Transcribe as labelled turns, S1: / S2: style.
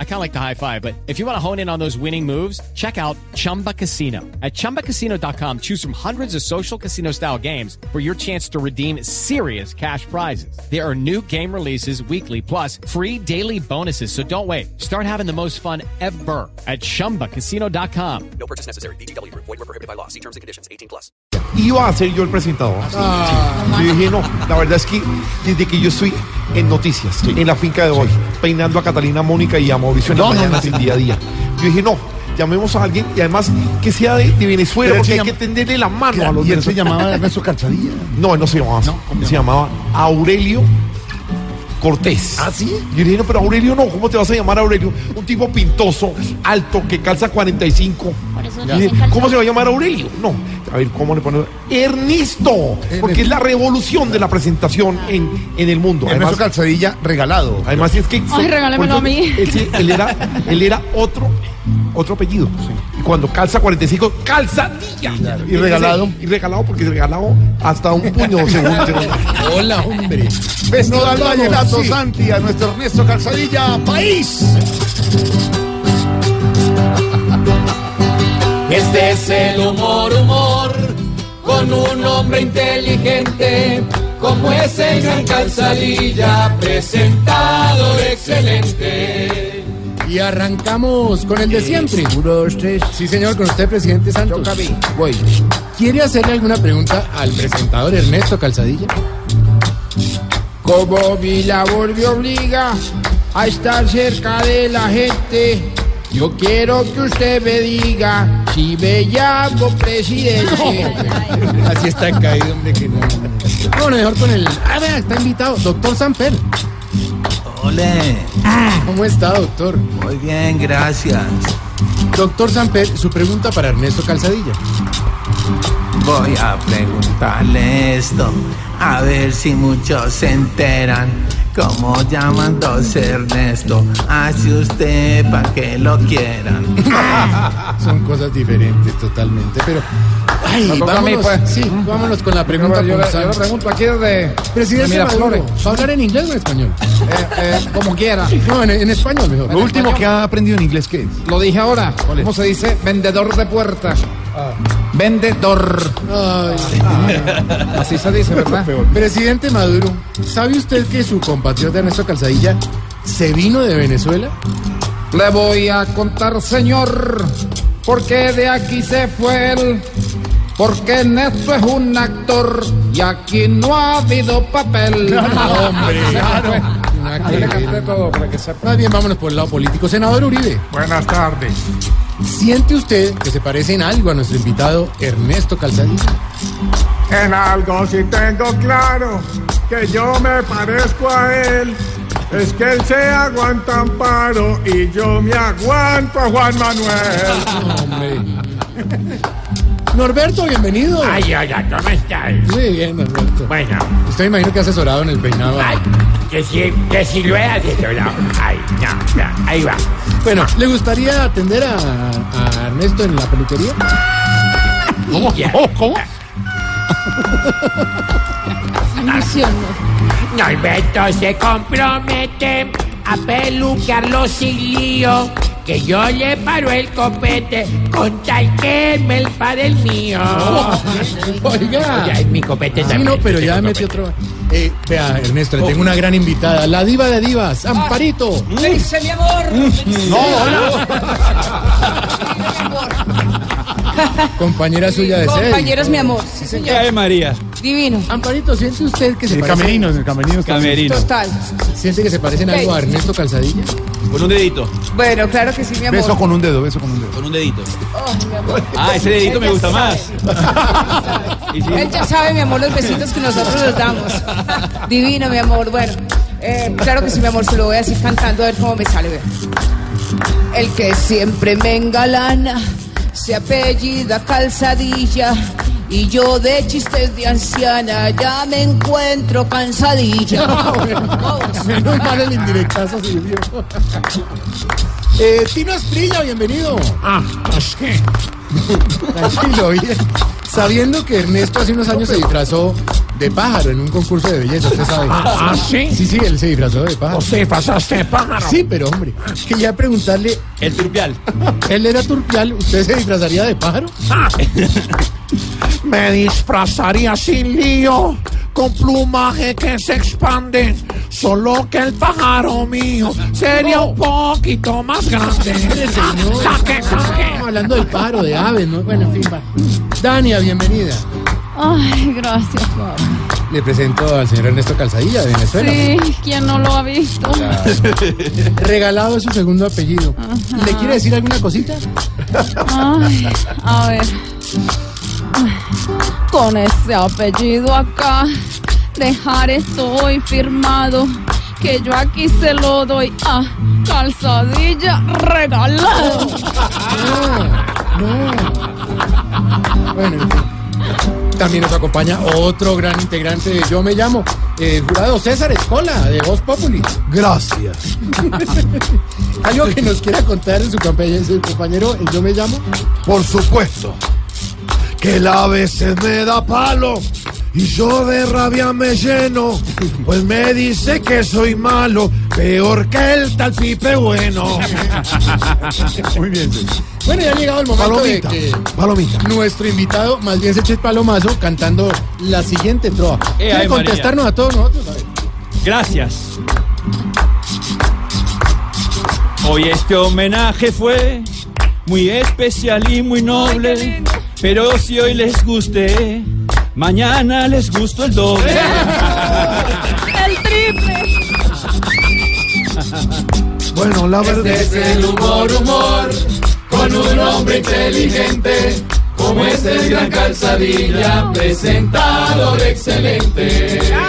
S1: I kind of like the high five, but if you want to hone in on those winning moves, check out Chumba Casino. At chumbacasino.com, choose from hundreds of social casino style games for your chance to redeem serious cash prizes. There are new game releases weekly, plus free daily bonuses. So don't wait. Start having the most fun ever at chumbacasino.com.
S2: No purchase necessary. BGW. Void were prohibited by law. See terms and conditions. 18 plus.
S3: iba a ser yo el presentador. Sí. Yo dije, no, la verdad es que desde que yo estoy en noticias, en la finca de hoy, peinando a Catalina Mónica y a Mauricio en la mañana del día a día, yo dije, no, llamemos a alguien y además que sea de, de Venezuela,
S4: Pero él
S3: porque
S4: se
S3: hay
S4: llama-
S3: que tenderle la mano a los
S4: y él se
S3: venezolanos.
S4: llamaba Ernesto Calzadilla.
S3: No, él no se llamaba así.
S4: ¿cómo
S3: se llamaba Aurelio Cortés.
S4: ¿Ah, sí?
S3: Yo dije, no, pero Aurelio no, ¿cómo te vas a llamar Aurelio? Un tipo pintoso, alto, que calza 45.
S5: Por eso
S3: Y
S5: dicen
S3: dice,
S5: calzón.
S3: ¿Cómo se va a llamar Aurelio? No. A ver, ¿cómo le ponemos? Ernesto. Porque es la revolución de la presentación en, en el mundo.
S4: Ernesto
S3: Además,
S4: Calzadilla regalado.
S3: además es que.
S5: Ay, regálamelo
S3: por
S5: a
S3: eso,
S5: mí.
S3: Él, sí, él era, él era otro, otro apellido. Y cuando calza 45, calzadilla.
S4: ¿Y regalado?
S3: Y regalado, porque regalado hasta un puño, según.
S4: Hola, hombre.
S3: No,
S4: Festival
S3: no, no,
S4: Vallenato
S3: sí.
S4: Santi a nuestro Ernesto Calzadilla, país.
S6: Este es el humor, humor, con un hombre inteligente, como es el gran calzadilla, presentador excelente.
S4: Y arrancamos con el de siempre. Uno, dos, tres. Sí, señor, con usted, presidente Santos. Voy. ¿Quiere hacerle alguna pregunta al presentador Ernesto Calzadilla? Como mi labor me obliga a estar cerca de la gente, yo quiero que usted me diga si me llamo presidente. Así está caído, hombre, que no. Bueno, mejor con el. Ah, vea, está invitado, doctor Samper.
S7: Ole,
S4: ¿Cómo está, doctor?
S7: muy bien, gracias.
S4: Doctor Samper, su pregunta para Ernesto Calzadilla.
S7: Voy a preguntarle esto, a ver si muchos se enteran. ¿Cómo llaman dos Ernesto? Hace usted para que lo quieran.
S4: Son cosas diferentes totalmente, pero... Ay, vámonos, sí, vámonos con la pregunta
S8: pues. Yo le,
S4: punzante.
S8: yo le pregunto aquí desde
S4: Presidente
S8: de
S4: Maduro,
S8: Miraflores.
S4: ¿va a hablar en inglés o en español?
S8: Eh, eh, como quiera.
S4: No, en, en español mejor.
S8: Lo último que
S4: ha aprendido en inglés, ¿qué es?
S8: Lo dije ahora.
S4: es?
S8: ¿Cómo se dice? Vendedor de puertas. Vendedor. Así se dice, ¿verdad?
S4: Presidente Maduro, ¿sabe usted que su compatriota Ernesto Calzadilla se vino de Venezuela?
S8: Le voy a contar, señor, por qué de aquí se fue él. Porque Néstor es un actor y aquí no ha habido papel. hombre,
S4: Nada
S8: Ahí
S4: que
S8: le
S4: ver.
S8: canté todo para que sepa.
S4: Más bien vámonos por el lado político. Senador Uribe,
S9: Buenas tardes.
S4: ¿siente usted que se parece en algo a nuestro invitado Ernesto Calzadilla?
S9: En algo sí tengo claro que yo me parezco a él. Es que él se aguanta amparo y yo me aguanto a Juan Manuel.
S4: Norberto, bienvenido.
S9: Ay, hola, ¿cómo estáis?
S4: Muy bien, Norberto.
S9: Bueno,
S4: Usted me imagino que ha asesorado en el peinado.
S9: que si, que si lo he asesorado. Ay, no, no, ahí va.
S4: Bueno, ¿le gustaría atender a, a Ernesto en la peluquería?
S9: ¿Cómo? ¿Cómo?
S6: Norberto se compromete a peluquearlo sin lío, que yo le paro el copete con tal que me el para el mío.
S4: Oiga.
S6: Ya, mi copete
S4: Sí,
S6: también,
S4: no, pero
S6: tengo
S4: ya metí
S6: copete.
S4: otro. Eh, vea, Ernesto, le tengo una gran invitada, la diva de divas, Amparito.
S10: Dice mi amor.
S4: Compañera suya de serie.
S10: Compañeros, mi amor. Sí, señor. María. Divino.
S4: Amparito, ¿siente usted que se
S9: El
S4: parece?
S9: camerino, el camerino.
S10: Total.
S4: ¿Siente que se parecen algo a Ernesto Calzadilla?
S10: Bueno, claro que sí, mi amor.
S4: con un dedo, beso con un dedo.
S10: Ah, ese dedito me gusta más. Él ya sabe, mi amor, los besitos que nosotros nos damos. Divino, mi amor. Bueno, eh, claro que sí, mi amor. Se lo voy a decir cantando a ver cómo me sale. vea. El que siempre me engalana, se apellida calzadilla. Y yo de chistes de anciana ya me encuentro cansadilla.
S4: Ah, Menos mal el indirectazo sirvió. Eh, Tino Esprilla, bienvenido.
S9: Ah, es que
S4: Tranquilo, bien. Sabiendo que Ernesto hace unos años se disfrazó de pájaro en un concurso de belleza, usted sabe.
S6: ¿Ah, sí?
S4: Sí, sí, él se disfrazó de pájaro.
S6: ¿Te pasaste pájaro?
S4: Sí, pero hombre, quería preguntarle,
S1: El turpial.
S4: él era turpial, ¿usted se disfrazaría de pájaro?
S6: Ah. Me disfrazaría sin lío, con plumaje que se expande. Solo que el pájaro mío sería un poquito más grande. Ah, ¡Saque,
S4: Estamos
S6: saque!
S4: Ah, hablando del pájaro, de aves, ¿no? Bueno, en fin, va. Dania, bienvenida.
S11: Ay, gracias, papá.
S4: Le presento al señor Ernesto Calzadilla de Venezuela.
S11: Sí, ¿quién no lo ha visto?
S4: Regalado es su segundo apellido. ¿Le quiere decir alguna cosita?
S11: Ay, a ver. Ay, Con ese apellido acá, dejar estoy firmado. Que yo aquí se lo doy a calzadilla regalado.
S4: Bueno, en fin. También nos acompaña otro gran integrante de Yo Me Llamo, el jurado César Escola, de Voz Populi.
S3: Gracias.
S4: ¿Algo que nos quiera contar de su campe- su compañero en Yo Me Llamo?
S3: Por supuesto que él a veces me da palo y yo de rabia me lleno, pues me dice que soy malo, peor que el tal Pipe Bueno.
S4: Muy bien, Bueno, ya ha llegado el momento
S3: Palomita,
S4: de que
S3: palomita.
S4: nuestro invitado, más bien se eche el palomazo, cantando la siguiente trova. ¿Quiere
S1: ay, María.
S4: contestarnos a todos nosotros? A ver.
S1: Gracias. Hoy este homenaje fue muy especial y muy
S11: Ay, qué
S1: noble.
S11: lindo.
S1: Pero si hoy les guste, mañana les gusto el doble.
S11: El triple.
S3: Bueno, la verdad
S12: el humor, humor, con un hombre inteligente, como es el gran calzadilla, presentador excelente.